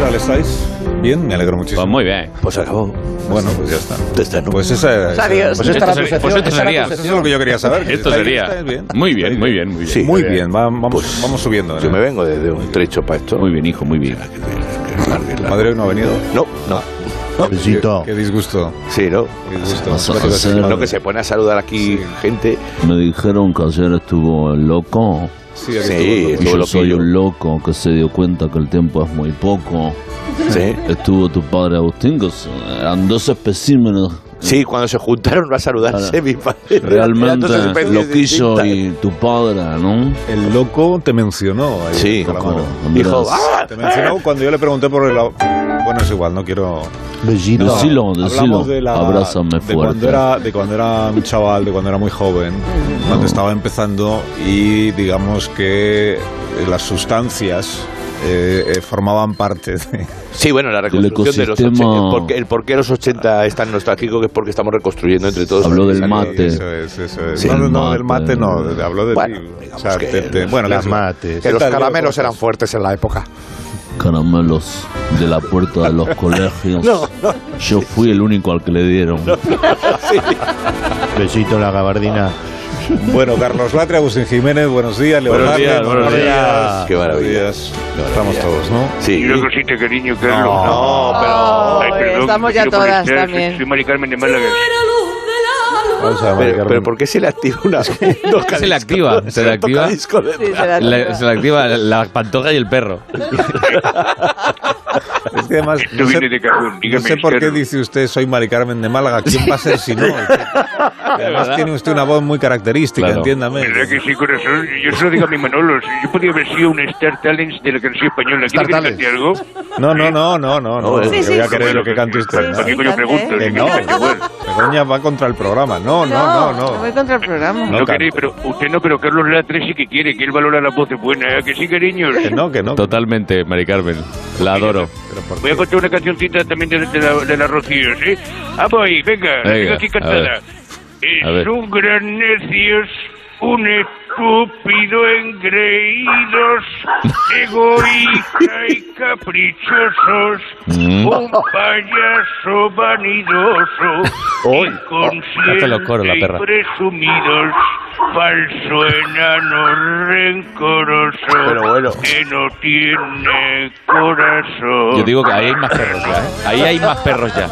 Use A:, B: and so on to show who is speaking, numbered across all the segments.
A: tal estáis? Bien, me alegro muchísimo.
B: Pues muy bien.
C: Pues acabó.
A: Bueno, pues ya está.
C: Desde nuevo.
A: Pues esa, esa-
D: Adiós.
A: Pues esta
B: Esto
A: era tu
B: sería-
A: sección,
B: pues esto
A: esa era tu
B: sería-
A: sección, Eso es lo que yo quería saber. que
B: Esto
A: estáis-
B: sería.
A: estáis bien.
B: Muy bien, muy bien, muy bien.
C: Sí.
A: Muy bien, va- vamos, vamos subiendo. ¿eh? ¿no?
C: Pues Yo me vengo desde un trecho para esto.
B: Muy bien, hijo, muy bien.
A: Madre hoy no ha venido.
C: No, no.
A: Qué,
E: Besito.
A: qué disgusto.
C: Sí, no.
A: Qué disgusto.
B: Vas a
A: Pensaba que iba a ser
B: hacer-
A: madre.
C: No que se pone a saludar aquí
A: Sí.
C: gente.
B: Me dijeron que ayer estuvo el loco.
A: Sí, aquí
C: Sí,
A: estuvo.
B: Y yo
C: loquillo.
B: soy un loco que se dio cuenta que el tiempo es muy poco.
C: Sí.
B: Estuvo tu padre Agustín, que se- eran dos especímenes
C: Sí, cuando se juntaron a saludarse,
B: Ahora,
C: mi padre. Eran
B: realmente
C: dos especies
B: loquillo
C: distintas.
B: y tu padre, ¿no?
A: El loco te mencionó. ahí
C: Sí,
A: con la
B: Loco,
A: mano.
C: Dijo,
B: Andrés.
C: ¡ah!
A: Te mencionó cuando yo le pregunté por el... Bueno, es igual, no quiero...
E: Besito.
A: No,
B: Decilo, decilo.
A: hablamos de la-
B: Abrázame
A: de cuando,
B: fuerte.
A: era, de cuando era un chaval, de cuando era muy joven, cuando estaba empezando y digamos que las sustancias eh, eh, formaban parte de...
C: Sí, bueno, la reconstrucción de los
B: ecosistema-
C: 80. El por, qué, el por qué los 80 es tan nostálgico que es porque estamos reconstruyendo entre todos.
B: Habló del
C: Salió-
B: mate.
A: Eso es, eso es.
B: Sí,
A: no, no, no,
B: el
A: del mate no, de- habló de...
C: Bueno,
A: ti.
C: digamos
A: o sea,
C: que
A: te- te- bueno,
E: Las
A: que-
E: mates.
A: ¿qué
F: Que los
A: tal, Diego?
F: caramelos eran fuertes en la época.
B: Caramelos de la puerta de los colegios. Yo fui el único al que le dieron.
E: Besito la gabardina.
A: Bueno, Carlos Latre, Agustín Jiménez, buenos días. Leo
B: Buenos días,
A: Harlem,
B: buenos
E: días.
C: Qué maravilla.
A: días. Estamos todos, ¿no?
C: Sí.
G: Y una cosita, cariño, Carlos.
C: No,
D: Oh,
C: pero.
G: Ay, perdón,
D: estamos
G: te
D: ya
G: quiero este
D: todas
G: molestar, soy-
D: también.
G: Soy Mari Carmen de Málaga.
A: Vamos a llamar a
C: Pero,
A: Carmen.
C: pero ¿por qué se le activa una dos
B: Se le activa, se le activa.
C: tocadiscos de-
D: Sí, se la toca.
B: le activa la pantoja y el perro.
A: Es que además,
G: Esto
A: no sé,
G: viene de cajón,
A: no
G: dígame,
A: sé por qué
G: Carlos.
A: dice usted soy Mari Carmen de Málaga. ¿Quién va a ser si no? Además
B: ¿Verdad?
A: tiene usted una voz muy característica,
B: Claro.
A: entiéndame.
G: ¿Verdad que sí, corazón? Yo se lo digo a mi Manolo. Yo podría haber sido un Star Talents de la canción española.
F: Star
G: ¿Quieres que te cante algo?
A: No, no, no, no, no, no.
C: Sí,
A: que
D: sí,
A: voy a
D: sí.
A: querer lo que cante usted.
G: ¿Para
D: Sí,
G: qué
A: ¿no?
G: coño pregunto?
A: Que no, que Begoña va contra el programa. No, no, no,
D: voy
A: no.
D: contra el programa.
A: No.
G: No queréis,
A: cante.
G: pero usted no, pero Carlos Latre sí que quiere, que él valora las voces buenas. ¿eh? ¿Que sí, cariño?
A: Que no, que no.
B: Totalmente, Mari Carmen. La adoro.
A: Pero por-
G: Voy a contar una cancioncita también de, de la, de la Rocío, ¿sí? Vamos ahí, venga, la
B: Venga,
G: tengo aquí
B: a
G: cantada.
B: ver. A
G: Es
B: ver.
G: un gran necio, un estúpido engreídos, egoísta y caprichosos,
B: Mm.
G: un payaso vanidoso, inconsciente
B: Canta los coros, la
G: y
B: perra.
G: presumidos, falso enano rencoroso,
C: Pero bueno.
G: que no tiene corazón.
B: Yo digo que ahí hay más perros ya. ¿eh? Ahí hay más perros ya.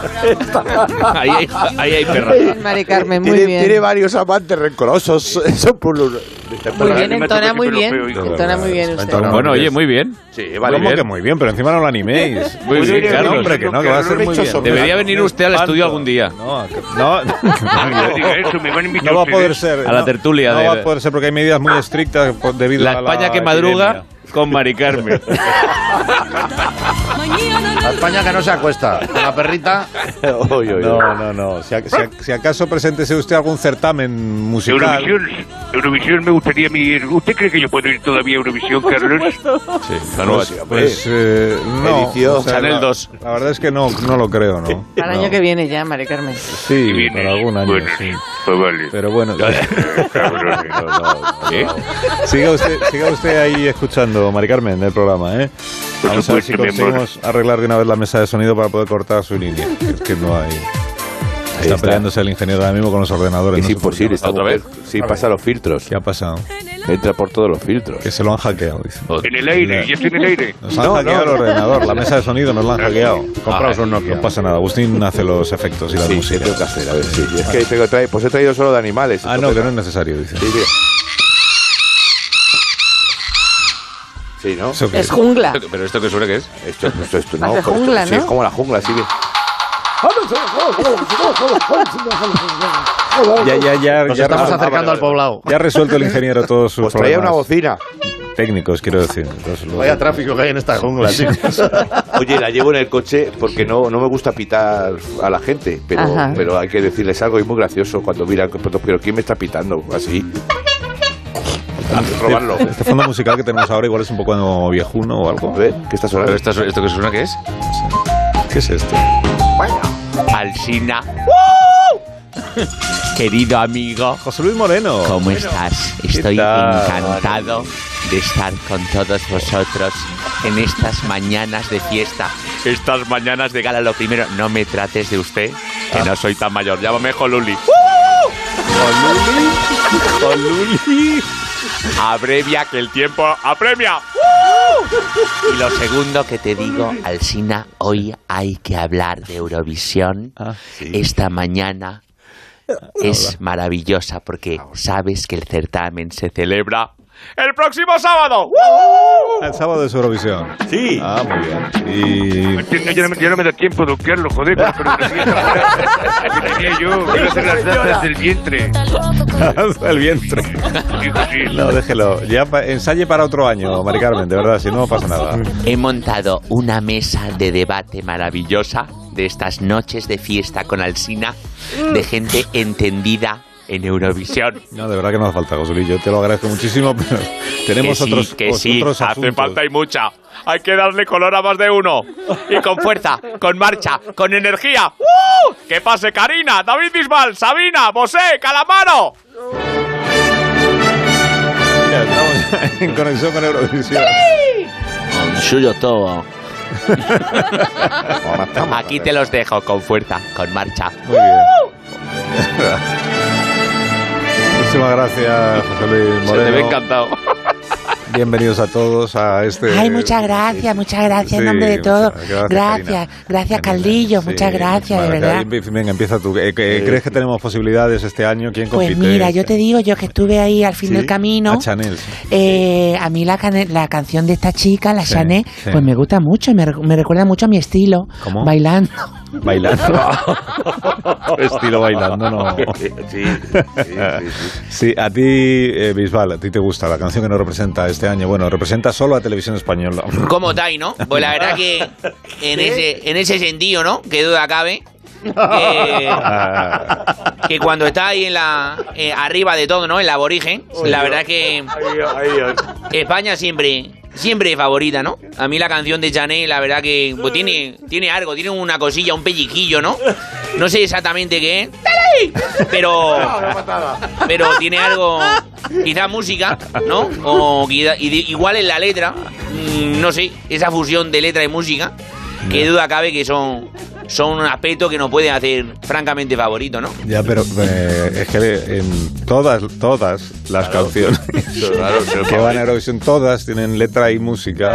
B: Ahí hay, ahí hay perros.
D: Bien, Mari Carmen, muy
C: tiene,
D: bien.
C: tiene varios amantes rencorosos. Eso por lo-
D: Muy bien,
G: Me ha
D: entona
G: tocado
D: muy
G: siempre
D: bien.
G: lo feo, hijo.
D: Entona muy bien usted.
A: Entona
B: Bueno, oye, muy bien.
C: Sí,
A: ¿Cómo
C: vale.
A: que muy bien? Pero encima no lo animéis.
B: Muy
G: Oye,
B: bien,
G: oye,
B: Carlos.
A: Hombre, que no, que va a ser muy bien.
B: Debería venir usted al estudio algún día.
A: No, que- no,
G: No diga eso, me van a invitar
A: no va a
G: ustedes.
A: poder ser.
B: A la
A: no,
B: tertulia
A: No
B: de-
A: va a poder ser porque hay medidas muy estrictas por- debido
B: La
A: a
B: España
A: la
B: que madruga
A: epidemia.
B: con Mari Carmen.
F: La España que no se acuesta. Con la perrita.
C: Oye, oye.
A: No, no, no. Si, a- si a- si acaso preséntese usted algún certamen musical.
G: Eurovisión, Eurovisión me gustaría a mí ir. ¿Usted cree que yo puedo ir todavía a Eurovisión, Carlos?
B: Sí, la nueva.
A: Pues eh, no.
C: Edición Chanel
A: la-
C: 2.
A: La, verdad es que no, no lo creo, ¿no?
D: Para el
A: No.
D: año que viene ya, Mari Carmen.
A: Sí, para algún año,
G: Bueno,
A: sí.
G: sí, pues vale.
A: Pero bueno,
G: Cabrones.
B: ¿Eh?
A: siga usted, siga usted ahí escuchando, Mari Carmen, el programa, ¿eh?
G: Por
A: Vamos a ver si
G: supuesto, mi amor.
A: conseguimos arreglar de una vez la mesa de sonido para poder cortar su línea. Es que no hay. Está,
C: está.
A: peleándose el ingeniero ahora mismo con los ordenadores.
C: Es
A: no sé por qué.
C: imposible. esta
B: ¿Otra
C: mujer.
B: vez?
C: Sí, pasa los filtros.
A: ¿Qué ha pasado?
C: Entra por todos los filtros.
A: Que se lo han hackeado, dice.
G: En el aire, ya estoy en el aire.
A: Nos han
C: No,
A: hackeado
C: no.
A: el ordenador, la mesa de sonido nos la han hackeado.
G: Ah,
E: Compraos un Nokia.
A: No pasa nada, Agustín hace los efectos y las
C: Sí, ¿qué
A: músicas.
C: tengo que hacer? A ver, sí. Es que tengo trae- pues he traído solo de animales.
A: Ah, no, que no es necesario, dice.
C: Sí, mira. Sí, ¿no?
A: Eso que-
D: Es jungla.
B: ¿Pero esto qué suena que es?
C: Esto, esto, esto, no,
D: Hace
C: pero esto-
D: jungla,
C: sí,
D: ¿no?
C: es como la jungla, así que...
A: ya, ya, ya.
F: Nos
A: ya
F: estamos
A: resuelto-
E: Ah,
F: acercando al poblado.
A: Ya ha resuelto el ingeniero todos sus
C: Pues traía una
A: problemas
C: bocina.
A: técnicos, quiero decir. Los- los-
F: Vaya tráfico que hay en esta jungla, chicos.
C: Oye, la llevo en el coche porque no, no me gusta pitar a la gente, pero,
D: Ajá.
C: pero hay que decirles algo y muy gracioso cuando miran, pero ¿quién me está pitando así?
G: Ah,
C: A robarlo.
A: Este fondo musical que tenemos ahora igual es un poco viejuno o algo.
C: A ver, ¿qué está sonando?
B: esto, esto qué suena que es?
A: ¿Qué es esto?
B: Alsina. Querido amigo,
A: José Luis Moreno.
B: ¿cómo estás? Estoy
A: tal?
B: encantado
H: de estar con todos vosotros en estas mañanas de fiesta, estas mañanas de gala. Lo primero, no me trates de usted, que no soy tan mayor. Llámame Joluli. Abrevia que el tiempo apremia. Y lo segundo que te digo, Alsina, hoy hay que hablar de Eurovisión.
B: Ah,
H: Esta mañana es maravillosa porque sabes que el certamen se celebra el próximo sábado.
A: El sábado es Eurovisión.
H: Sí.
A: Ah, muy bien.
G: Yo, yo no me, yo no me da tiempo de doquearlo, joder, pero, pero tenía que hacer- que tenía yo, quiero hacer las danzas del vientre.
A: Y el vientre.
G: Digo, sí,
A: No, déjelo. Ya pa- eh, ensaye para otro año, Mari Carmen, de verdad, si no, no pasa nada.
H: He montado una mesa de debate maravillosa de estas noches de fiesta con Alsina de gente entendida en Eurovisión.
A: Mm. No, de verdad que no hace falta, Josulí. Yo te lo agradezco muchísimo, pero tenemos
H: que sí,
A: otros,
H: que sí,
A: otros
H: hace
A: asuntos.
H: falta y mucha. Hay que darle color a más de uno. Y con fuerza, con marcha, con energía. ¡Uh! ¡Que pase Karina, David Bisbal, Sabina, Bosé, Calamaro!
A: Mira, estamos en conexión con Eurovisión.
B: Yo ya estaba.
A: Ahora estamos.
H: Aquí te los dejo con fuerza, con marcha.
A: Muy bien. Muchísimas gracias, José Luis
C: Se te ve
A: Moreno.
C: encantado.
A: Bienvenidos a todos a este.
I: Ay, muchas gracias, muchas gracias en
A: Sí,
I: nombre de
A: muchas
I: todos.
A: Gracias,
I: Gracias,
A: Karina. Karina,
I: gracias, Caldillo,
A: sí,
I: muchas gracias, de
A: vale,
I: verdad.
A: Karina, Venga, empieza tú. Eh, que- ¿Crees que tenemos posibilidades este año? ¿Quién compite?
I: Pues mira, yo te digo, yo que estuve ahí al fin
A: Sí,
I: del camino,
A: A Chanel.
I: eh, a mí la, cane- la canción de esta chica, la
A: Sí,
I: Chané,
A: sí.
I: pues me gusta mucho, me, re- me recuerda mucho a mi estilo,
A: ¿Cómo?
I: bailando.
A: Bailando. Estilo bailando, no.
C: Sí, sí, sí, sí.
A: Sí, a ti, eh, Bisbal, a ti te gusta la canción que nos representa este año. Bueno, representa solo a Televisión Española.
J: ¿Cómo estáis, no? Pues la verdad que en ese, en ese sentido, ¿no? Que duda cabe. Que,
A: Ah,
J: que cuando está ahí en la, eh, arriba de todo, ¿no? En la aborigen, la verdad que España siempre, siempre es favorita, ¿no? A mí la canción de Jané, la verdad que pues, tiene, tiene algo, tiene una cosilla, un pelliquillo, ¿no? No sé exactamente qué es, pero, pero tiene algo, quizá música, ¿no? O quizá- y de- igual en la letra, mm, no sé, esa fusión de letra y música, que duda cabe que son, son un aspecto que nos puede hacer francamente favorito, ¿no?
A: Ya, pero eh, es que en todas, todas las canciones
C: Claro, sí,
A: que van a Eurovisión, todas tienen letra y música.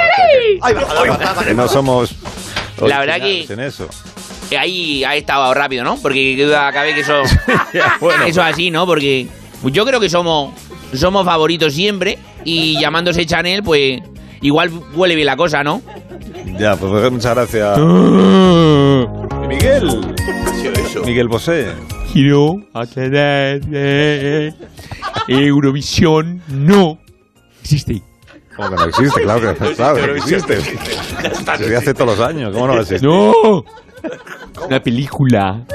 A: O sea, que- que no somos.
J: La verdad
A: originales
J: que-
A: En eso.
J: Eh, Ahí, ahí estaba rápido, ¿no? Porque que duda cabe que eso, eso es así, ¿no? Porque yo creo que somos, somos favoritos siempre y llamándose Chanel, pues igual huele bien la cosa, ¿no?
A: Ya, pues muchas gracias. Miguel. Miguel Bosé.
H: Quiero aclarar, eh, Eurovisión no existe.
A: ¿Cómo que no existe? Claro que, claro que existe. Se hace todos los años. ¿Cómo no va a existir?
H: ¡No! Una película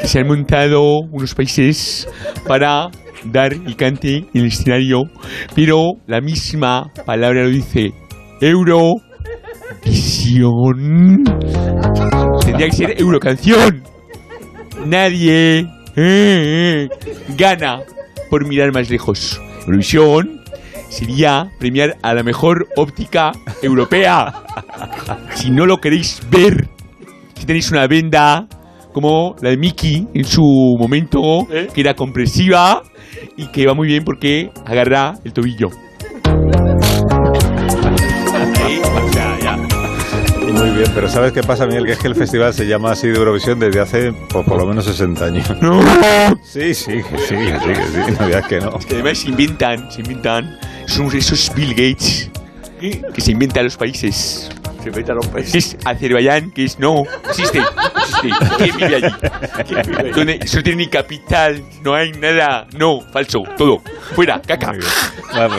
H: que se han montado unos países para dar el cante en el escenario, pero la misma palabra lo dice Eurovisión. Tendría que ser Eurocanción. Nadie eh, eh, gana por mirar más lejos. Eurovisión sería premiar a la mejor óptica europea. Si no lo queréis ver, si tenéis una venda como la de Mickey en su momento, que era compresiva y que va muy bien porque agarra el tobillo.
A: Muy bien, pero ¿sabes qué pasa, Miguel? Que es que el festival se llama así de Eurovisión desde hace pues, por lo menos 60 años.
H: ¡No!
A: Sí, sí, que sí, que sí, que sí. No digas que no.
H: Que además se inventan, se inventan. Son esos Bill Gates que se inventan los países.
C: Se invitan a un país.
H: Que es Azerbaiyán, que es no, existe, existe. ¿Quién vive allí? Donde eso tiene ni capital, no hay nada, no, falso, todo. Fuera, caca.
A: Vamos.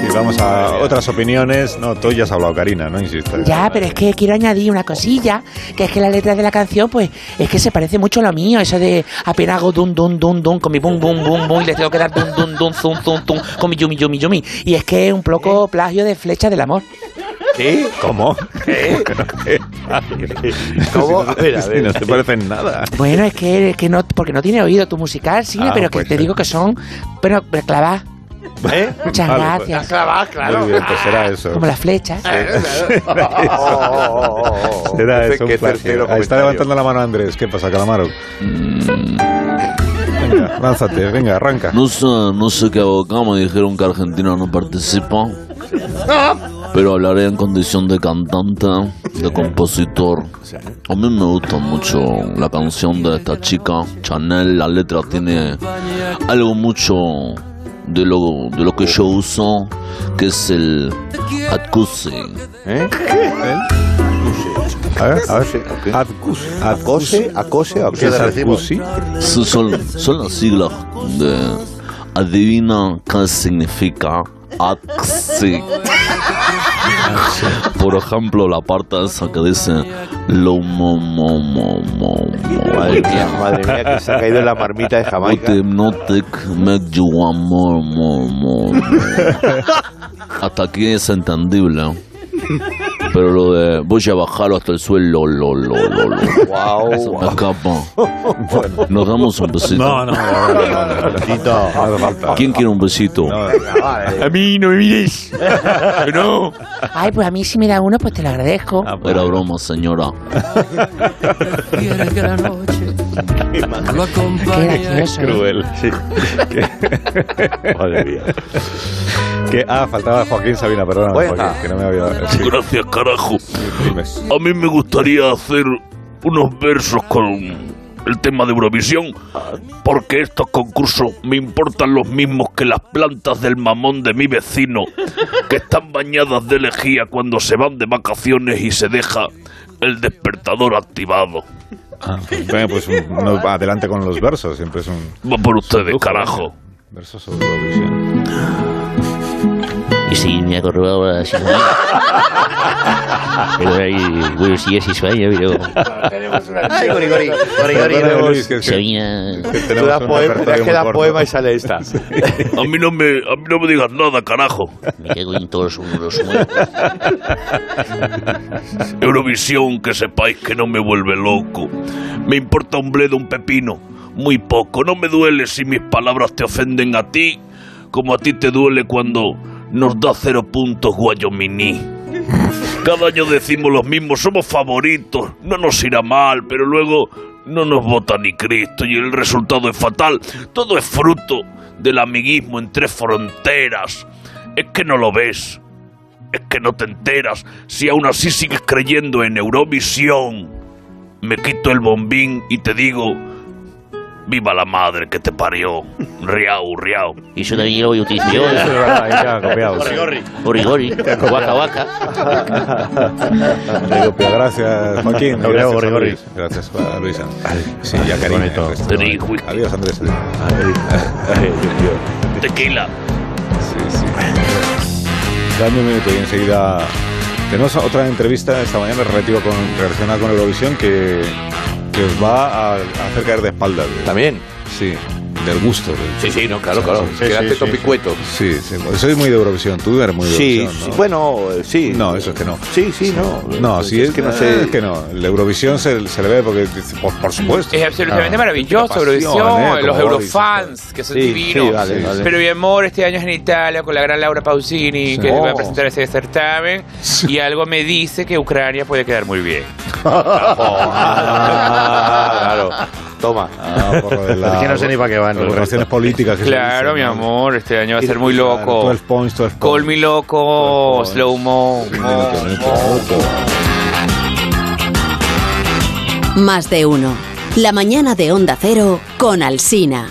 A: Sí, vamos a otras opiniones. No, tú ya has hablado, Karina, no insistas.
I: Ya, pero es que quiero añadir una cosilla, que es que la letra de la canción, pues, es que se parece mucho a lo mío, eso de apenas hago dun dun dun dun con mi bum bum bum bum y les tengo que dar dun dun dun zum zum zum con mi yumi yumi yumi. Y es que es un poco plagio de flecha del amor.
A: ¿Qué? ¿Cómo?
F: ¿Cómo? A ver, a
A: Si
F: ver.
A: no te parecen nada.
I: Bueno, es que, que no, porque no tiene oído tu musical, sí,
A: Ah,
I: pero que
A: pues
I: te
A: sí.
I: digo que son, pero, pero clavá.
F: ¿Eh?
I: Muchas
A: Vale, pues.
I: gracias.
F: Clavas, claro.
A: Muy bien, pues será eso.
I: Como las flechas.
A: Será
C: Dice
A: eso, un
C: que
A: plagio.
C: tercero
A: Ahí está
C: comentario.
A: levantando la mano Andrés. ¿Qué pasa, Calamaro? Venga, lánzate, venga, arranca.
B: No sé, no sé qué abogado me dijeron que Argentina no participa. Pero hablaré en condición de cantante, de compositor. A mí me gusta mucho la canción de esta chica, Chanel. La letra tiene algo mucho de lo, de lo que yo uso, que es el acuse.
K: ¿Eh?
A: A ver, a ver.
C: Ok.
A: Adcus.
C: ¿Acose? ¿Acose? ¿O
A: ¿Qué
C: qué?
A: es
F: recibo.
A: Adcusi?
B: So- Son, son las siglas de adivina qué significa axi. Por ejemplo, la parte esa que dice lo mo mo mo mo mo.
C: Madre mía, madre mía, que se ha caído la marmita de
B: What
C: Jamaica.
B: hypnotic make you want more, more, more. Hasta aquí es entendible. Pero lo de voy a bajarlo hasta el suelo, lo, lo, lo, lo.
C: Guau,
B: Se me
C: guau.
B: escapa. Nos damos un besito.
E: Tito.
B: ¿Quién quiere un besito?
H: A mí no me mires. Que No.
I: Ay, pues a mí si me da uno, pues te lo agradezco.
B: Ah, Era broma, señora.
I: Qué gracioso. ¿eh?
A: Cruel, sí. Que- Madre mía. Que, ah, faltaba Joaquín Sabina, perdona,
C: Bueno.
A: Joaquín, que no me había dado. Sí,
B: Gracias, carajo.
A: dime.
B: A mí me gustaría hacer unos versos con el tema de Eurovisión, porque estos concursos me importan los mismos que las plantas del mamón de mi vecino, que están bañadas de lejía cuando se van de vacaciones y se deja el despertador activado.
A: Venga, pues un- no, adelante con los versos, siempre es un
B: Va por ustedes,
A: lujo,
B: carajo.
A: verso sobre Eurovisión.
I: Y si me acordaba ahora sí. Pero ahí, bueno, sí, es España, pero
F: Ay, gori, gori. Gori, gori.
A: Perdona, Luis, que, es que-
I: Sabina.
A: que
C: Tú
A: tenemos
C: das
A: un
C: poema,
A: repertorio
C: das que
A: muy
C: das
A: corto.
C: poema y sale esta.
B: A mí no me, a mí no me digas nada, carajo.
I: Me cago en todos los muertos.
B: Eurovisión, que sepáis que no me vuelve loco. Me importa un bledo, un pepino, muy poco. No me duele si mis palabras te ofenden a ti, como a ti te duele cuando nos da cero puntos Guayominí. Cada año decimos los mismos, somos favoritos, no nos irá mal, pero luego no nos vota ni Cristo y el resultado es fatal. Todo es fruto del amiguismo entre fronteras. Es que no lo ves es que no te enteras. Si aún así sigues creyendo en Eurovisión, me quito el bombín y te digo, viva la madre que te parió. Riau, riau.
I: Y yo también lo voy a
A: Eso es
I: utilizar.
A: verdad, ahí queda copiado.
F: Gori, gori.
I: Origori, guaca guaca.
A: Ahí copiado. Gracias, Joaquín.
F: Lo
A: Gracias,
F: creo,
A: a
F: Gori,
A: Luis. Gracias a Luisa. Sí, ya cariño.
F: bonito.
A: el resto.
B: Tení, güey.
A: Adiós, Andrés.
B: Tequila.
A: Sí, sí. Dame un minuto y enseguida tenemos otra entrevista esta mañana relativa con, relacionada con Eurovisión que, que os va a, a hacer caer de espaldas. de-
C: ¿También?
A: Sí, del gusto. del-
C: Sí, sí, no, claro, claro.
F: sí,
C: Quédate
F: sí, sí,
C: topicueto.
A: Sí, sí, soy muy de Eurovisión, tú eres muy de
C: Sí,
A: Eurovisión.
C: sí,
A: ¿no?
C: bueno, eh, sí.
A: No, eso es que no.
C: Sí, sí, no.
A: No, sí, es eh,
C: que no sé.
A: Es que no. La Eurovisión se, se le ve porque, dice, por, por supuesto. Ah,
J: Es absolutamente
C: Ah,
J: maravilloso,
A: pasión,
J: Eurovisión,
A: eh, como
J: los
A: Boris,
J: Eurofans, que son
C: Sí,
J: divinos.
C: sí, vale,
A: Sí,
C: vale.
J: Pero mi amor, este año es en Italia con la gran Laura Pausini, que
C: Oh.
J: va a presentar ese certamen. Y algo me dice que Ucrania puede quedar muy bien.
C: Ah, claro. Toma.
A: Ah, por lo de la-
F: Es que no sé ni para qué van.
A: Las relaciones políticas. que se
J: Claro,
A: dicen, ¿no?
J: mi amor, este año va a ser muy
A: Claro,
J: loco.
A: 12 points, 12 points.
J: Call me loco, slow mo.
A: Minuto, minuto, minuto.
L: Más de uno. La mañana de Onda Cero con Alsina.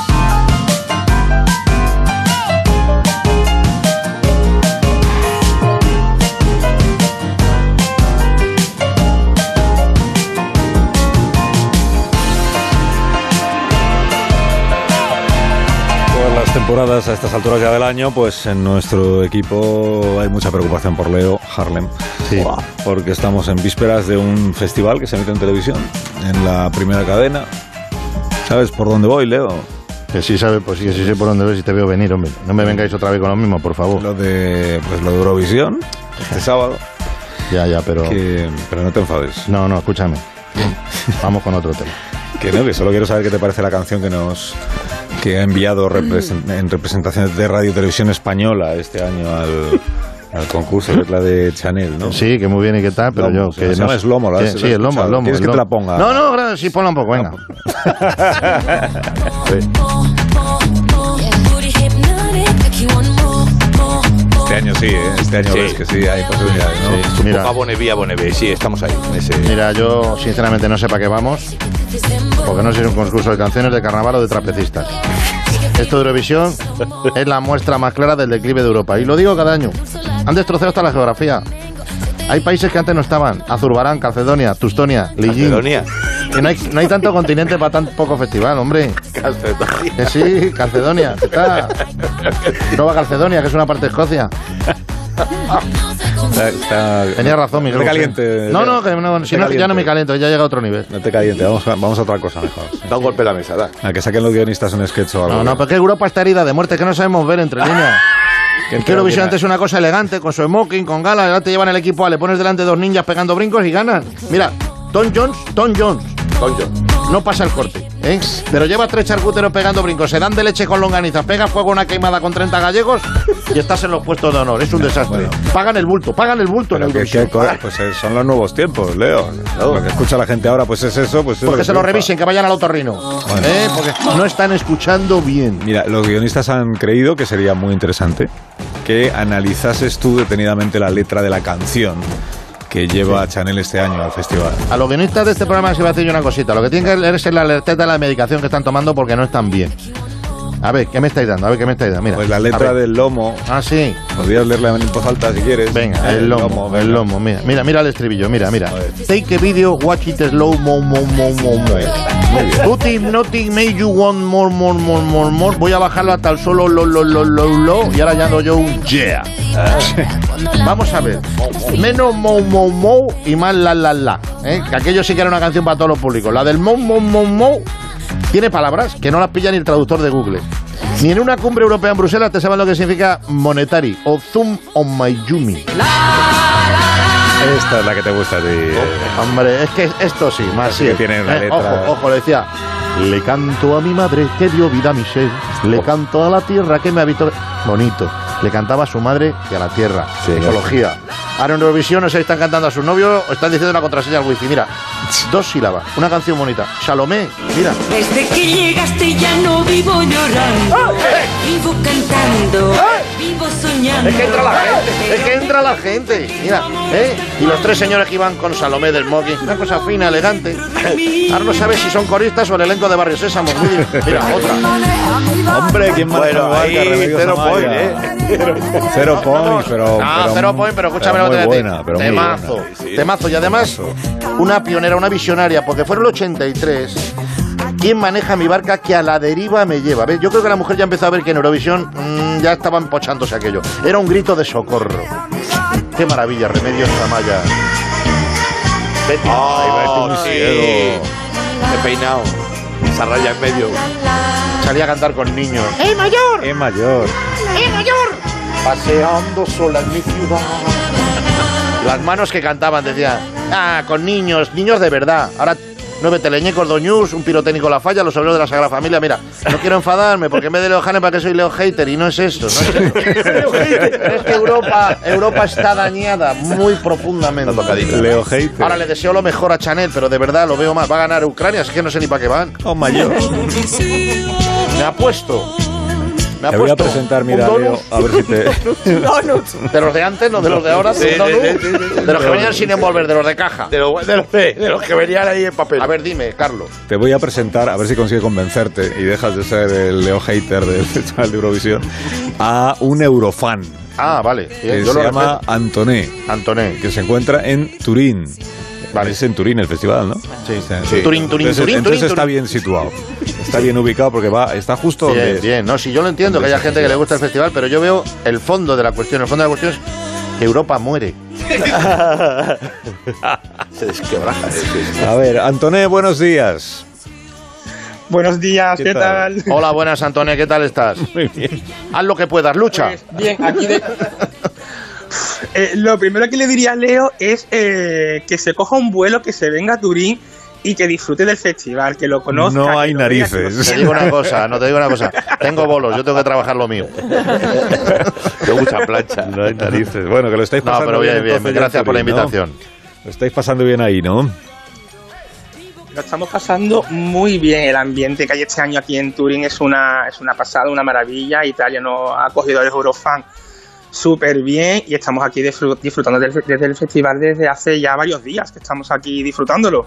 A: Todas las temporadas a estas alturas ya del año, pues en nuestro equipo hay mucha preocupación por Leo Harlem.
F: Sí.
A: Porque estamos en vísperas de un festival que se emite en televisión, en la primera cadena. ¿Sabes por dónde voy, Leo?
E: Que sí sabes, pues sí, que sí sé por dónde ves y te veo venir, hombre. No me vengáis otra vez con lo mismo, por favor.
A: Mm. Lo de, pues lo de Eurovisión, este sábado.
E: Ya, ya, pero...
A: pero no te enfades.
E: No, no, escúchame. Vamos con otro tema.
A: Que no, que solo quiero saber qué te parece la canción que nos que ha enviado represen- en representación de Radio y Televisión Española este año al, al concurso, que es la de Chanel, ¿no?
E: Sí, que muy bien y qué tal, pero
A: Lomo,
E: yo...
A: se
E: Que
A: llama Es Lomo, ¿la
E: que-
A: has- la
E: Sí,
A: has
E: es lomo,
A: escuchado?
E: es lomo.
A: ¿Quieres
E: es
A: que te
E: lomo.
A: la ponga?
E: No, no, gra- sí, ponla un poco, venga.
A: Este año sí, ¿eh? este año ves que sí, hay posibilidades, ¿no?
E: Sí, mira.
C: Opa, Boneví, a Boneví, sí, estamos ahí. en ese-
E: Mira, yo sinceramente no sé para qué vamos, porque no sé si es un concurso de canciones de carnaval o de trapecistas. Esto de Eurovisión es la muestra más clara del declive de Europa, y lo digo cada año. Han destrozado hasta la geografía. Hay países que antes no estaban, Azurbarán, Calcedonia, Tustonia, Lillín.
C: Calcedonia.
E: Que no hay, no hay tanto continente para tan poco festival, hombre.
C: Calcedonia.
E: Que sí, Calcedonia. que está. Nueva Calcedonia, que es una parte de Escocia.
A: Está- está-
E: Tenía razón, Miguel.
A: No te calientes.
E: No, no, que no,
A: te
E: si no, ya no me
A: calientes.
E: caliento, ya llega a otro nivel.
A: No te calientes, vamos a, vamos a otra cosa mejor.
C: Da un golpe a la mesa, da.
A: A que saquen los guionistas un sketch o algo.
E: No, no, pero que Europa está herida de muerte, que no sabemos ver entre líneas.
A: Que
E: Que Eurovisión antes es una cosa elegante, con su smoking, con gala, ahora te llevan el equipo A, le pones delante dos ninjas pegando brincos y ganas. Mira, Tom Jones, Tom Jones,
C: Concho.
E: no pasa el corte, ¿eh? Pero llevas tres charcuteros pegando brincos, se dan de leche con longanizas, pega fuego a una queimada con 30 gallegos y estás en los puestos de honor, es un desastre. Pagan el bulto, pagan el bulto en
A: Pero que,
E: Eurovisión.
A: que- pues eh, son los nuevos tiempos, Leo. Lo que escucha la gente ahora, pues es eso. Pues es
E: Porque
A: que
E: se lo
A: triunfa.
E: revisen, que vayan al otorrino.
A: Bueno.
E: ¿eh? Porque no están escuchando bien.
A: Mira, los guionistas han creído que sería muy interesante que analizases tú detenidamente la letra de la canción que lleva Chanel este año al festival.
E: A los guionistas de este programa les iba a decir yo una cosita. Lo que tienen que leer es la alerteta de la medicación que están tomando porque no están bien. A ver, ¿qué me estáis dando? A ver, ¿qué me estáis dando? Mira.
A: Pues la
E: a
A: letra
E: ver.
A: del lomo,
E: Ah, sí.
A: podrías leerla en voz alta si quieres.
E: Venga, el lomo,
A: venga.
E: el lomo. Mira, mira, mira el estribillo, mira, mira. Take a video, watch it slow, mo, mo, mo, mo, mo. Nothing, nothing made you want more, more, more, more, more. Voy a bajarlo hasta el solo, lo, lo, lo, lo, lo. Y ahora ya doy yo un yeah. Vamos a ver. Menos mo, mo, mo y más la, la, la. ¿eh? Que aquello sí que era una canción para todos los públicos. La del mo, mo, mo, mo tiene palabras que no las pilla ni el traductor de Google. Ni en una cumbre europea en Bruselas te saben lo que significa monetary o zoom on my yumi.
A: Esta es la que te gusta a ti. eh.
E: Hombre, es que esto sí, más
A: Así
E: sí. Eh,
A: que tiene una letra.
E: Ojo, ojo, le decía. Le canto a mi madre que dio vida a mi ser. Le canto a la tierra que me habitó. Bonito. Le cantaba a su madre y a la tierra.
A: Sí,
E: Ecología. Ahora en Eurovisión no sé si están cantando a su novio o están diciendo la contraseña al wifi. Mira, dos sílabas. Una canción bonita. Salomé, mira.
M: Desde que llegaste ya no vivo llorando,
E: Ah,
M: vivo cantando, vivo soñando.
E: eh. Es
M: Ah.
E: que entra la gente, es que entra la gente. Mira, ¿eh? Y los tres señores que iban con Salomé del Moqui. Una cosa fina, elegante. Ahora no sabes si son coristas o el elenco de Barrio Sésamo. Muy bien. Mira, otra.
A: Hombre, ¿quién marca
C: Bueno,
A: la marca,
C: ahí,
A: Remedios
C: cero
A: Amaya?
C: point, ¿eh?
A: Cero point, pero.
E: Ah,
A: pero
E: cero
A: muy-
E: point, pero escúchame
A: pero
E: lo que
A: muy
E: te voy a decir.
A: buena, pero muy
E: Temazo,
A: buena.
E: temazo. Y además, una pionera, una visionaria, porque fue en el 83. ¿Quién maneja mi barca que a la deriva me lleva? ¿Ves? Yo creo que la mujer ya empezó a ver que en Eurovisión mm, ya estaban pochándose aquello. Era un grito de socorro. Qué maravilla, Remedios Amaya. Betty.
C: Oh,
E: Ah,
C: sí.
E: ciego.
C: De peinado. Esa raya en medio.
E: Salía a cantar con niños.
M: ¡Eh, mayor!
A: Es mayor.
M: ¡Eh, mayor!
E: Paseando sola en mi ciudad. Las manos que cantaban, decía. Ah, con niños, niños de verdad. Ahora nueve teleñecos, doñus, un pirotécnico la falla, los obreros de la Sagrada Familia. Mira, no quiero enfadarme porque en vez de Leo Hannes, ¿para qué soy Leo Hater? Y no es eso, no es eso. es que Europa, Europa está dañada muy profundamente.
A: Leo Hate.
E: Ahora le deseo lo mejor a Chanel, pero de verdad lo veo más. Va a ganar Ucrania, así que no sé ni para qué van.
A: O mayor.
E: Me ha puesto. Me ha
A: Te voy a
E: puesto
A: presentar,
E: un
A: mira, Leo,
E: donus.
A: a ver si te.
E: De los de antes, no de los de ahora,
C: Sí,
E: sí, no,
C: sí,
E: no.
C: sí, sí, sí, sí.
E: de los que venían sin envolver, de los de caja.
C: De los de los- de los que venían ahí en papel.
E: A ver, dime, Carlos.
A: Te voy a presentar, a ver si consigue convencerte y dejas de ser el Leo Hater del Festival de Eurovisión, a un eurofan
E: Ah, vale.
A: que
E: bien,
A: Eh, se
E: lo
A: llama Antoné,
E: respeto. Antoné.
A: que se encuentra en Turín. Vale. Es en Turín el festival, ¿no?
E: Sí.
A: Sí.
E: Turín, Turín,
A: entonces,
E: Turín,
A: entonces
E: Turín,
A: está
E: Turín.
A: bien situado. Está bien ubicado porque va, está justo donde-
E: Bien, bien. No, si yo lo entiendo que haya gente que le gusta el festival, pero yo veo el fondo de la cuestión. El fondo de la cuestión es que Europa muere.
C: Se desquebraja. eh, sí, sí.
A: A ver, Antoné, buenos días.
N: Buenos días, ¿qué, tal?
E: Hola, buenas, Antonio, ¿qué tal estás? Muy bien. Haz lo que puedas, lucha.
N: Bien, aquí de- Eh, lo primero que le diría a Leo es eh, que se coja un vuelo, que se venga a Turín y que disfrute del festival, que lo conozca.
E: No hay
N: que lo vea, que lo
E: narices. Te
N: sienta.
E: digo una cosa, no te digo una cosa. Tengo bolos, yo tengo que trabajar lo mío. Tengo mucha plancha.
A: No hay narices. Bueno, que lo estáis
E: No,
A: pasando
E: pero bien, bien.
A: entonces,
E: Gracias
A: ya en
E: por la
A: Turín, ¿no?
E: invitación.
A: Lo estáis pasando bien ahí, ¿no?
N: Lo estamos pasando muy bien. El ambiente que hay este año aquí en Turín es una, es una pasada, una maravilla. Italia nos ha acogido a los Eurofan súper bien y estamos aquí disfru- disfrutando del, fe- desde el festival desde hace ya varios días que estamos aquí disfrutándolo.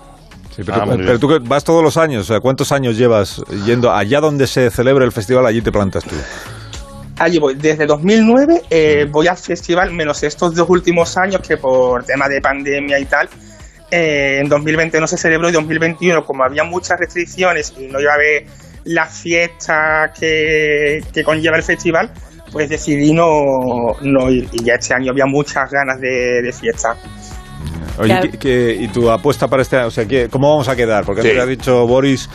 A: Sí, pero,
N: Ah,
A: tú-
N: muy bien.
A: pero tú que vas todos los años, o sea, ¿cuántos años llevas yendo allá donde se celebra el festival? Allí te plantas tú.
N: Allí voy. Ah, Desde 2009 eh, voy al festival, menos estos dos últimos años que por tema de pandemia y tal, eh, en 2020 no se celebró y 2021, como había muchas restricciones y no iba a haber la fiesta que, que conlleva el festival, pues decidí no, no ir. Y ya este año había muchas ganas de, de fiesta.
A: Oye,
N: Claro.
A: ¿qué- qué- ¿y tu apuesta para este año? O sea, ¿qué- ¿cómo vamos a quedar? Porque
N: Sí.
A: antes ha dicho Boris,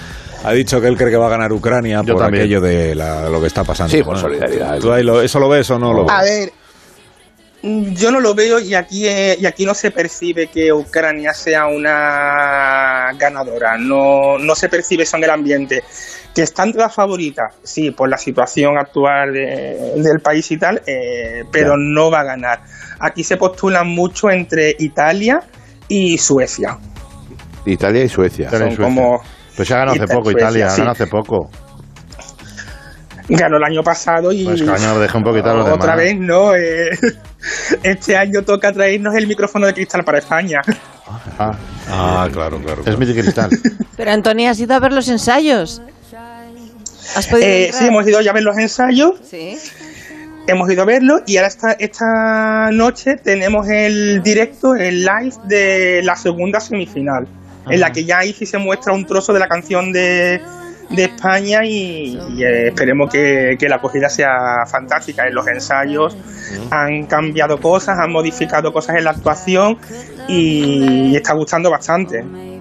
A: ha dicho que él cree que va a ganar Ucrania por
C: también.
A: aquello de la- lo que está pasando.
C: Sí, por
A: ¿no?
C: solidaridad.
A: ¿Tú ahí lo- ¿Eso lo ves o no lo ves?
N: A ver, mm, yo no lo veo y aquí, eh, y aquí no se percibe que Ucrania sea una ganadora, no, no se percibe eso en el ambiente. Que está entre las favoritas, sí, por la situación actual de- del país y tal, eh, pero no va a ganar. Aquí se postulan mucho entre Italia y Suecia.
C: Italia y Suecia.
N: Son como-
E: Pues ya ganó hace
N: Ita-
E: poco
N: Suecia,
E: Italia,
N: sí.
E: ganó hace poco.
N: Ganó el año pasado y...
E: Pues coño, deja un poquito a los demás.
N: Otra vez, no. eh, este año toca traernos el micrófono de cristal para España.
E: Ah,
A: claro, claro.
E: Es mi de cristal.
D: Pero Antonia, ¿has ido a ver los ensayos? ¿Has podido
N: Eh,
D: entrar?
N: sí, hemos ido ya a ver los ensayos. Hemos ido a verlo y ahora esta, esta noche tenemos el directo, el live de la segunda semifinal, en la que ya ahí sí se muestra un trozo de la canción de, de España y, y, eh, esperemos que, que la acogida sea fantástica. En los ensayos han cambiado cosas, han modificado cosas en la actuación y está gustando bastante.
C: Eh,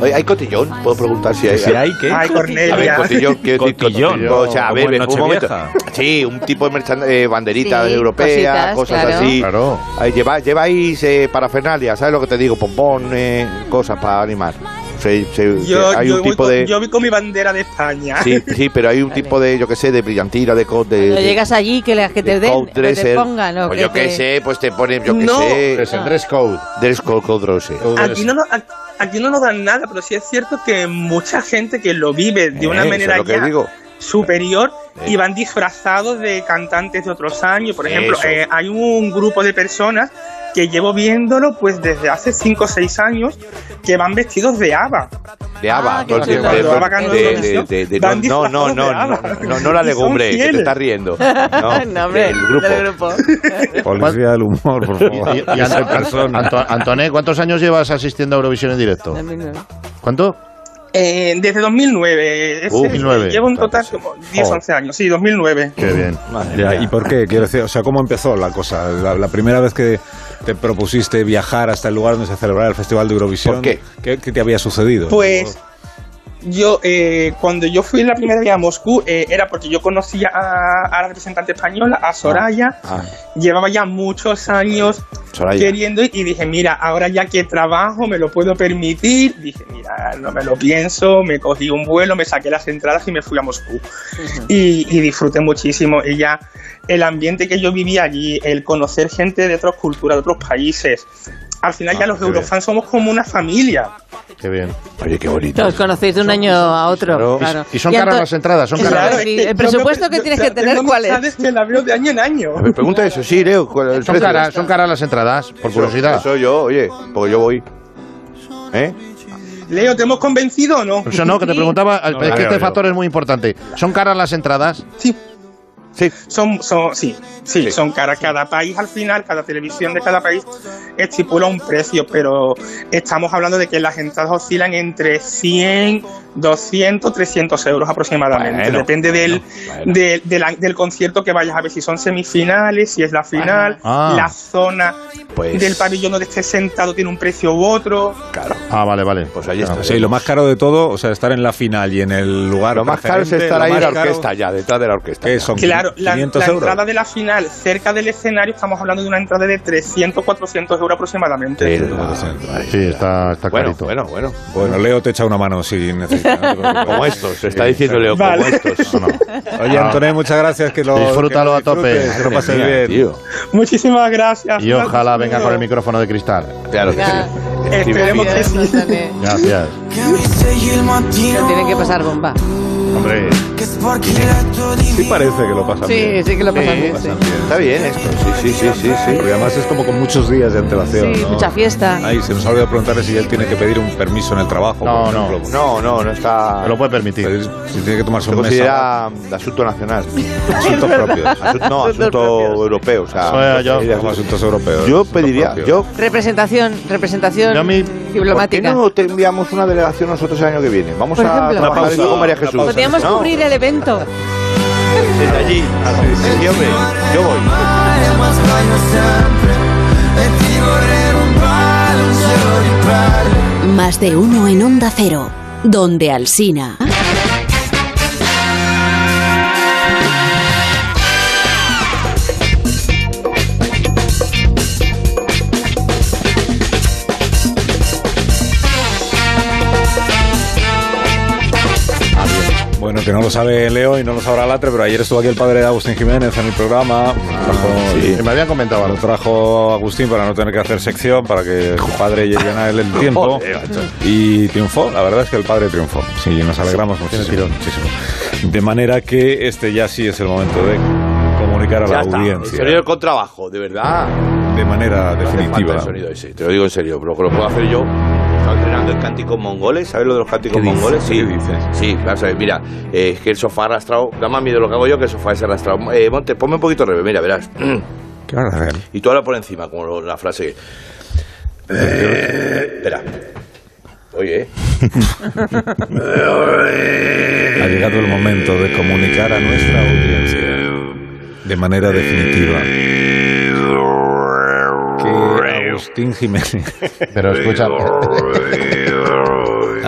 C: Oye, ¿hay cotillón? ¿Puedo preguntar si hay?
N: Si hay, ¿qué? Ay, Cornelia.
C: A ver, cotillón, quiero decir
A: Cotillón.
C: cotillón. O sea, a
A: Como en
C: ver, un momento.
A: Nochevieja.
C: Sí, un tipo de merchan- eh, banderita
A: Sí, cositas,
C: europea, cosas
A: claro.
C: así.
A: Claro.
C: Ahí lleva- lleváis eh, parafernalia, ¿sabes lo que te digo? Pompones, cosas para animar. Se- se-
N: Yo,
C: se- hay
N: yo
C: un
N: voy
C: tipo
N: con,
C: de...
N: yo voy con mi bandera de España.
C: Sí, sí, pero hay un tipo de, yo qué sé, de brillantina, de... co- de,
D: Cuando
C: de-
D: llegas allí, que, la, que te den,
C: Code
D: que te
C: dresser.
D: pongan. o
C: Pues
D: que
C: yo qué
D: te-
C: sé, pues te ponen, yo qué
N: No.
C: sé.
N: Dress and
C: dress code. Dress code, code dress.
N: Aquí no, nos, ac- aquí no nos dan nada, pero sí es cierto que mucha gente que lo vive de
C: Eh,
N: una
C: eso
N: manera
C: es lo que
N: ya
C: digo.
N: superior
C: Eh.
N: y van disfrazados de cantantes de otros años. Por ejemplo,
C: Eso.
N: eh, hay un grupo de personas que llevo viéndolo pues desde hace 5 o 6 años que van vestidos de ABBA.
C: De haba,
N: qué chulo. Cuando ABBA ganó Eurovisión, van
C: no,
N: disfrazados
C: no, no,
N: de
C: no, no,
N: ABBA.
C: no, no la
N: Y son
C: legumbre, que te
N: fieles.
C: estás riendo.
D: No, hombre,
C: del grupo.
D: del grupo.
A: Policía del humor, por favor.
E: Y, y
A: Esa
E: Anto-
A: persona.
E: Anto- Antoné, ¿cuántos años llevas asistiendo a Eurovisión en directo? ¿Cuánto?
N: Eh, desde 2009. Ese-
E: Uh, 2009.
N: Llevo un total como 10
C: Oh.
A: Joder.
N: 11 años. Sí, 2009.
E: Qué bien.
A: Ya, ¿Y por qué? Quiero decir, o sea, ¿cómo empezó la cosa? La, la primera vez que te propusiste viajar hasta el lugar donde se celebraba el Festival de Eurovisión. ¿Por qué? ¿Qué, te había sucedido?
N: Pues yo, eh, cuando yo fui la primera vez a Moscú, eh, era porque yo conocía a, a la representante española, a Soraya. Llevaba ya muchos años
C: Soraya.
N: queriendo y dije, mira, ahora ya que trabajo, me lo puedo permitir. Dije, mira, no me lo pienso, me cogí un vuelo, me saqué las entradas y me fui a
K: uh.
N: Moscú. Y, y disfruté muchísimo. Y ya el ambiente que yo vivía allí, el conocer gente de otras culturas, de otros países. Al final ya
E: Ah,
N: los
E: qué bien.
N: eurofans somos como una familia.
E: Qué bien.
C: Oye, qué bonito.
D: Os conocéis de un año a otro.
E: Claro.
D: claro.
E: Y- y son
D: Anto-
E: caras las entradas, son
D: Eso
E: caras.
D: iba a decir,
N: Claro, es que
D: El
N: yo
D: presupuesto
N: creo
D: que
N: yo-
D: tienes
N: o sea,
D: que tener,
N: tengo
D: ¿cuál es?
N: amistades que la veo de año en año.
C: A ver, pregunta eso, sí, Leo. ¿cuál es el
E: Son
C: precio?
E: caras, son caras las entradas, por
C: Eso-
E: curiosidad.
C: Eso yo, oye, porque yo voy. ¿Eh?
N: Leo, ¿te hemos convencido o no?
E: Eso no, que te preguntaba,
N: No,
E: es que
N: claro,
E: este
N: yo.
E: factor es muy importante. ¿Son caras las entradas?
N: Sí.
C: Sí.
N: Son, son, sí, sí, son caras. Cada país al final, cada televisión de cada país estipula un precio, pero estamos hablando de que las entradas oscilan entre 100, 200, 300 euros aproximadamente.
G: Bueno,
N: Depende del,
G: bueno.
N: de- de la- del concierto que vayas a ver, si son semifinales, si es la final,
E: Ah.
N: la zona
E: Pues-
N: del pabellón donde estés sentado tiene un precio u otro.
C: Claro.
E: Ah, vale, vale.
C: Pues ahí
E: está.
A: Sí, lo más caro de todo, o sea, estar en la final y en el lugar.
C: Lo más caro es
A: preferente,
C: estar
A: lo
C: ahí en
A: más
C: la
A: caro-
C: orquesta, ya, detrás de la orquesta.
A: ¿Qué son?
N: Claro, la,
A: 500
N: la
A: euros.
N: entrada de la final cerca del escenario estamos hablando de una entrada de 300, 400 euros aproximadamente.
E: Sí, está, está
C: Bueno,
E: clarito.
C: bueno, bueno.
A: Bueno, Leo te echa una mano si necesitas. no te preocupes.
C: Como estos, está diciendo Leo, como
A: Vale.
C: estos.
A: Oye, Antonés, muchas gracias. Que lo,
E: Disfrútalo a tope.
A: Que lo pases
E: Madre mía,
A: bien.
E: tío.
N: Muchísimas gracias.
E: Y ojalá venga con el micrófono de cristal.
C: Claro
D: que sí. Esperemos que sí.
E: Gracias.
D: Pero tiene que pasar bomba.
E: Hombre.
A: Sí parece que lo pasa
D: Sí,
A: bien.
D: sí que lo pasan bien, sí.
A: Está
C: bien esto, sí, sí, sí, sí, sí.
A: Porque además es como con muchos días de antelación.
D: Sí,
A: ¿no?
D: mucha fiesta.
A: Ay, se nos ha olvidado preguntarle si él tiene que pedir un permiso en el trabajo.
C: No,
A: por
C: no.
A: ejemplo.
C: No, no, no está.
E: Se lo puede permitir.
A: si tiene que tomarse
C: Se
A: un mes.
C: considera de asunto nacional.
A: Asuntos propios.
C: Asunto- no, asunto europeo. O sea,
E: Oye, yo-
C: sería asunto-
A: asuntos europeos.
C: Yo pediría,
A: propios.
C: yo
D: Representación, representación
C: Yo a mí-
D: diplomática.
C: ¿Por qué no te enviamos una delegación nosotros el año que viene? Vamos
D: Por
C: a
D: ejemplo.
C: trabajar
A: Una pausa,
C: eso con María
A: una
C: Jesús.
D: Podríamos
C: No,
D: cubrir el evento.
C: Desde allí. Sí, hombre, yo voy.
L: Más de uno en Onda Cero, donde Alsina.
A: Bueno, que no lo sabe Leo y no lo sabrá Latre, pero ayer estuvo aquí el padre de Agustín Jiménez en el programa. Trajo-
E: sí. Me habían comentado
A: Lo trajo Agustín para no tener que hacer sección, para que su padre llegue a él el tiempo.
C: Joder, macho.
A: y triunfó, la verdad es que el padre triunfó. Sí, nos alegramos muchísimo, muchísimo. De manera que este ya sí es el momento de comunicar a
C: Ya
A: la
C: está. El
A: audiencia
C: sonido del contrabajo, de verdad.
A: de manera
C: Falta el
A: definitiva.
C: sonido ese, te lo digo en serio, pero que lo puedo hacer yo. Estaba entrenando el cántico mongoles, ¿sabes lo de los cánticos
A: ¿Qué dices?
C: mongoles? Sí,
A: ¿Qué dices?
C: sí, vamos a ver, mira, eh, es que el sofá arrastrado, da más miedo lo que hago yo que el sofá es arrastrado. Eh, Monte, ponme un poquito al revés, mira, verás.
A: ¿Qué van a hacer?
C: Y tú ahora por encima, como lo- la frase. que- Eh, espera. Oye, eh.
A: Ha llegado el momento de comunicar a nuestra audiencia de manera definitiva que Agustín Jiménez,
E: Pero escucha.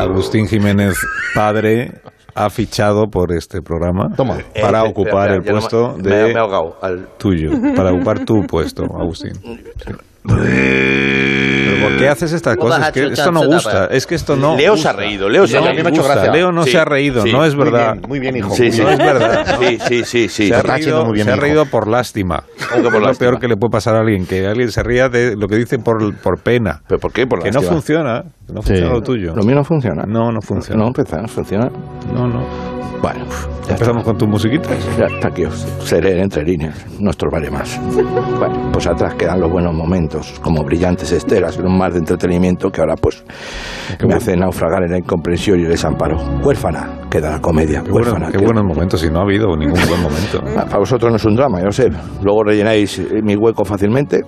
A: Agustín Jiménez padre, ha fichado por este programa
C: Eh,
A: para
C: espera,
A: ocupar
C: espera,
A: el
C: ya no me-
A: puesto
C: me-
A: de
C: me he ahogado, al-
A: tuyo, para ocupar tu puesto, Agustín. Sí. ¿Pero por qué haces estas cosas? Es que esto no gusta. Es que esto no.
C: ¿eh? Leo se
A: gusta.
C: ha reído, Leo se ha
A: No
C: reído.
A: gusta. Leo no
C: Sí,
A: se ha reído,
C: sí.
A: no es verdad.
E: Muy bien, hijo.
C: Sí, sí.
A: No es verdad.
C: Sí, sí, sí, sí.
A: Se ha,
E: Está haciendo
A: reído,
E: muy bien,
A: se ha
E: hijo.
A: reído por lástima.
C: que por
A: es lo
C: lástima.
A: peor que le puede pasar a alguien, que alguien se ría de lo que dice por, por pena.
C: ¿Pero por qué? Por
A: que no
C: lástima.
A: funciona, que no funciona lo tuyo.
C: Lo mío no funciona.
A: No, no funciona.
C: No, empezar, no funciona.
A: No, no.
C: Bueno,
A: Ya empezamos con tus musiquitas.
C: Ya está que os seré entre líneas, no estorbaré más. Bueno, pues atrás quedan los buenos momentos, como brillantes estelas en un mar de entretenimiento que ahora pues me hace naufragar en la incomprensión y el desamparo. Huérfana queda la comedia,
A: Qué, bueno,
C: huérfana.
A: qué
C: queda-
A: buenos momentos, si no ha habido ningún buen momento.
C: Ah, Para vosotros no es un drama, yo lo sé. Luego rellenáis eh, mi hueco fácilmente.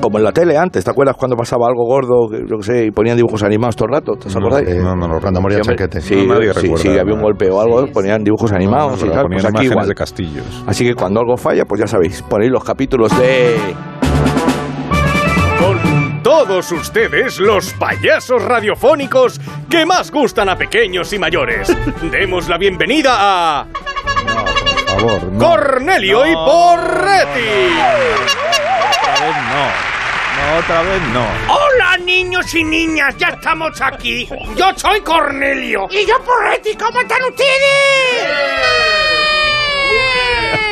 C: Como en la tele antes, ¿te acuerdas cuando pasaba algo gordo, que- yo qué sé, y ponían dibujos animados todo el rato? ¿Te
A: No,
C: acordáis?
A: no, no, no.
E: Cuando moría
C: Sí, hombre,
E: Chanquete.
C: Sí,
A: No, nadie
C: sí,
A: recuerda,
C: sí, había un
A: ¿no?
C: golpe o algo, ponían dibujos
A: No, no,
C: animados
A: pero
C: y tal.
A: ponían
C: Pues aquí
A: imágenes
C: igual.
A: de castillos.
C: Así que cuando algo falla, pues ya sabéis, ponéis los capítulos de.
O: Con todos ustedes, los payasos radiofónicos que más gustan a pequeños y mayores. Demos la bienvenida a
A: Por favor, no.
O: Cornelio y Porretti.
A: Otra vez no. No, otra vez no.
K: Hola niños y niñas, ya estamos aquí. Yo soy Cornelio. Y yo Porretti, ¿cómo están ustedes?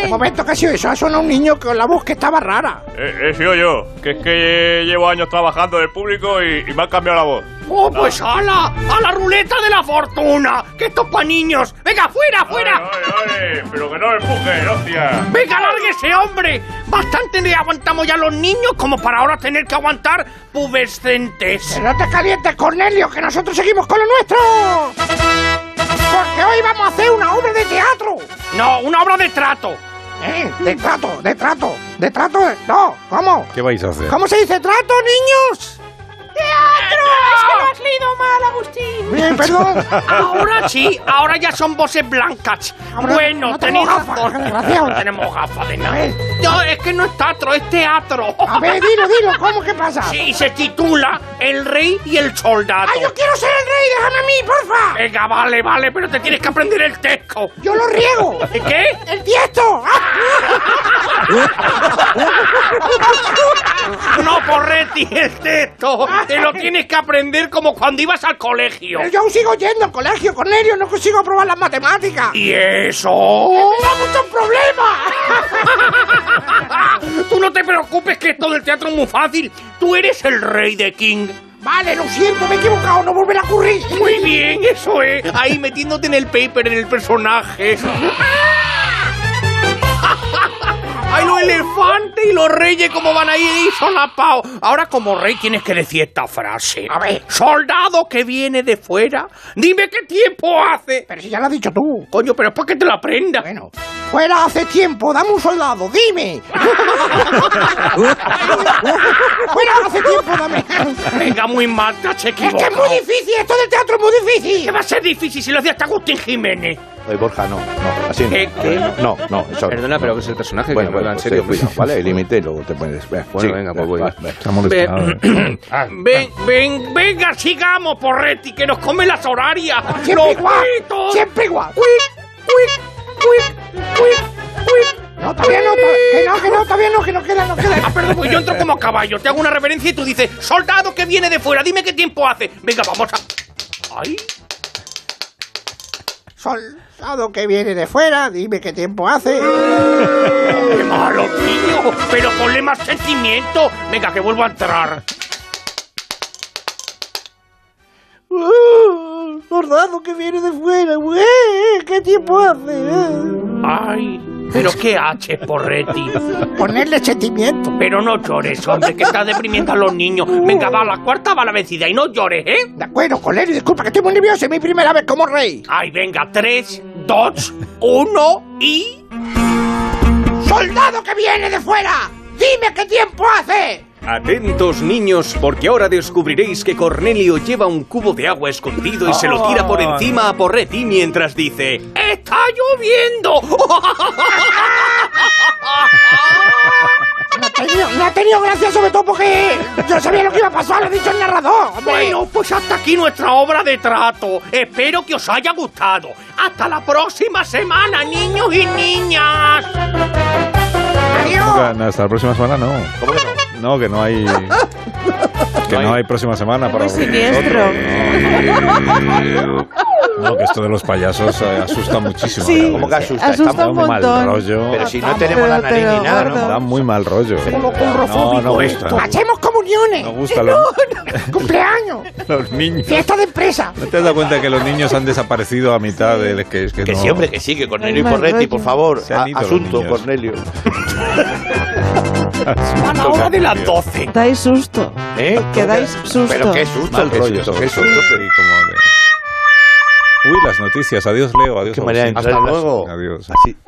K: Un momento, ¿qué ha sido eso? Ha sonado un niño con la voz que estaba rara.
O: He sido yo, eh, que es que llevo años trabajando en el público y, y me han cambiado la voz.
K: Oh, pues ala, a la ruleta de la fortuna, que esto es para niños. Venga, fuera, fuera.
O: Eh, pero que no me empujen, hostia.
K: Venga, lárguese, hombre. Bastante le aguantamos ya los niños como para ahora tener que aguantar pubescentes.
P: No te calientes, Cornelio, que nosotros seguimos con lo nuestro. Porque hoy vamos a hacer una obra de teatro.
K: No, una obra de trato.
P: ¿Eh? De trato, de trato, de trato. de- No, ¿cómo?
A: ¿Qué vais a hacer?
P: ¿Cómo se dice trato, niños?
K: ¡Ah!
M: ¡Teatro! Es que lo has leído mal, Agustín.
P: Eh, perdón.
K: Ahora sí, ahora ya son voces blancas.
P: Ahora
K: bueno,
P: no tengo
K: tenéis
P: gafas,
K: razón.
P: qué desgraciado.
K: No tenemos gafas de nada.
P: ver.
K: No, es que no es teatro, es teatro.
P: A ver, dilo, dilo, ¿cómo que pasa?
K: Sí, se titula El Rey y el Soldado.
P: ¡Ay, yo quiero ser el rey! ¡Déjame a mí, porfa!
K: Venga, vale, vale, pero te tienes que aprender el texto.
P: ¡Yo lo riego!
K: ¿El qué?
P: ¡El tiesto!
K: No, Porretti, el texto.
P: Ah,
K: Te lo tienes que aprender como cuando ibas al colegio.
P: Pero yo aún sigo yendo al colegio, Cornelio, no consigo aprobar las matemáticas.
K: ¿Y eso?
P: ¡Me da muchos problemas!
K: Tú no te preocupes que esto del teatro es muy fácil. Tú eres el rey de King.
P: vale, lo siento, me he equivocado, no volverá a ocurrir.
K: Muy bien, eso es. Ahí metiéndote en el paper, en el personaje. ¡Ay, los elefantes y los reyes cómo van ahí solapados! Ahora, como rey, tienes que decir esta frase.
P: A ver.
K: Soldado que viene de fuera, dime qué tiempo hace.
P: Pero si ya lo has dicho tú.
K: Coño, pero es para que te lo aprenda. Bueno.
P: Fuera hace tiempo, dame un soldado, dime. Fuera hace tiempo, dame.
K: Venga, muy mal, te has
P: Es que es
K: equivocado.
P: muy difícil, esto del teatro es muy
K: ¿Qué
P: difícil.
K: va a ser difícil si lo hacía hasta Agustín Jiménez?
C: Oye, Borja, no, no, así no.
K: ¿Qué, qué?
C: No, no, eso
F: Ah, Perdona,
C: no.
F: pero que es el personaje que
C: Bueno,
F: no
C: bueno,
F: habla en
C: pues
F: serio.
C: te cuidado, ¿vale? El límite y luego te pones. Bueno,
F: Bueno, venga, pues voy.
K: Ve- ven, ven, venga, sigamos, Porretti, que nos come las horarias.
P: Siempre
K: ¡Los
P: igual,
K: pitos!
P: siempre igual. No, todavía no, to- que no, que no, todavía no, que no queda, no
K: Ah,
P: queda.
K: perdón, pues yo entro como a caballo. Te hago una reverencia y tú dices, soldado que viene de fuera, dime qué tiempo hace. Venga, vamos a. ¡Ay!
P: Soldado que viene de fuera, dime qué tiempo hace.
K: ¡Qué malo, tío! Pero ponle más sentimiento. Venga, que vuelvo a entrar.
P: Uh, soldado que viene de fuera, güey, qué tiempo hace. eh?
K: ¡Ay! Pero qué H, Porretti.
P: Ponerle sentimiento.
K: Pero no llores, hombre, que estás deprimiendo a los niños. Venga, va, la cuarta va la vencida y no llores, ¿eh?
P: De acuerdo, Colerio, disculpa que estoy muy nervioso, es mi primera vez como rey.
K: Ay, venga, tres, dos, uno y.
P: ¡Soldado que viene de fuera! ¡Dime qué tiempo hace!
O: Atentos niños, porque ahora descubriréis que Cornelio lleva un cubo de agua escondido y se lo tira por encima a Porretti mientras dice...
K: ¡Está lloviendo!
P: No ha tenido, no ha tenido gracia, sobre todo porque yo sabía lo que iba a pasar, lo ha dicho el narrador. hombre.
K: Bueno, pues hasta aquí nuestra obra de trato. Espero que os haya gustado. Hasta la próxima semana, niños y niñas.
A: Nunca- hasta la próxima semana no. no? que no hay. Que no hay próxima semana para.
D: siniestro.
G: Eh,
A: No, que esto de los payasos eh, asusta muchísimo.
D: Sí.
A: ya,
D: ¿Cómo
C: que
A: está-
D: asusta
A: está
D: un
A: muy mal
D: montón.
A: rollo.
F: Pero si no tenemos la
D: Pero te
F: nariz
D: lo
F: ni nada,
D: guardo.
F: ¿no?
A: Da muy mal rollo.
P: como
A: No, no
P: currofóbico
A: gusta.
P: esto. Hacemos comuniones.
A: No gusta
P: No,
A: los,
P: no. Cumpleaños.
A: los niños.
P: Fiesta de empresa.
A: ¿No te has dado cuenta que los niños han desaparecido a mitad del que es que,
F: Que
A: no-
F: sí, hombre, que sí, que Cornelio y
D: Mal
F: Porretti,
D: rollo.
F: por favor.
A: Se han
F: a-
A: ido los
F: asunto,
A: niños.
F: Cornelio.
K: A la hora de las 12.
D: Dais susto.
F: ¿Eh?
D: Que dais susto.
F: Pero qué susto,
A: Mal
F: qué
A: rollo.
F: susto,
A: sobre
F: qué
A: todo,
F: susto.
A: y como de- Uy, las noticias. Adiós, Leo. Adiós,
F: Qué manera de
A: Agustín.
F: entrarlas.
A: Adiós.
F: Así,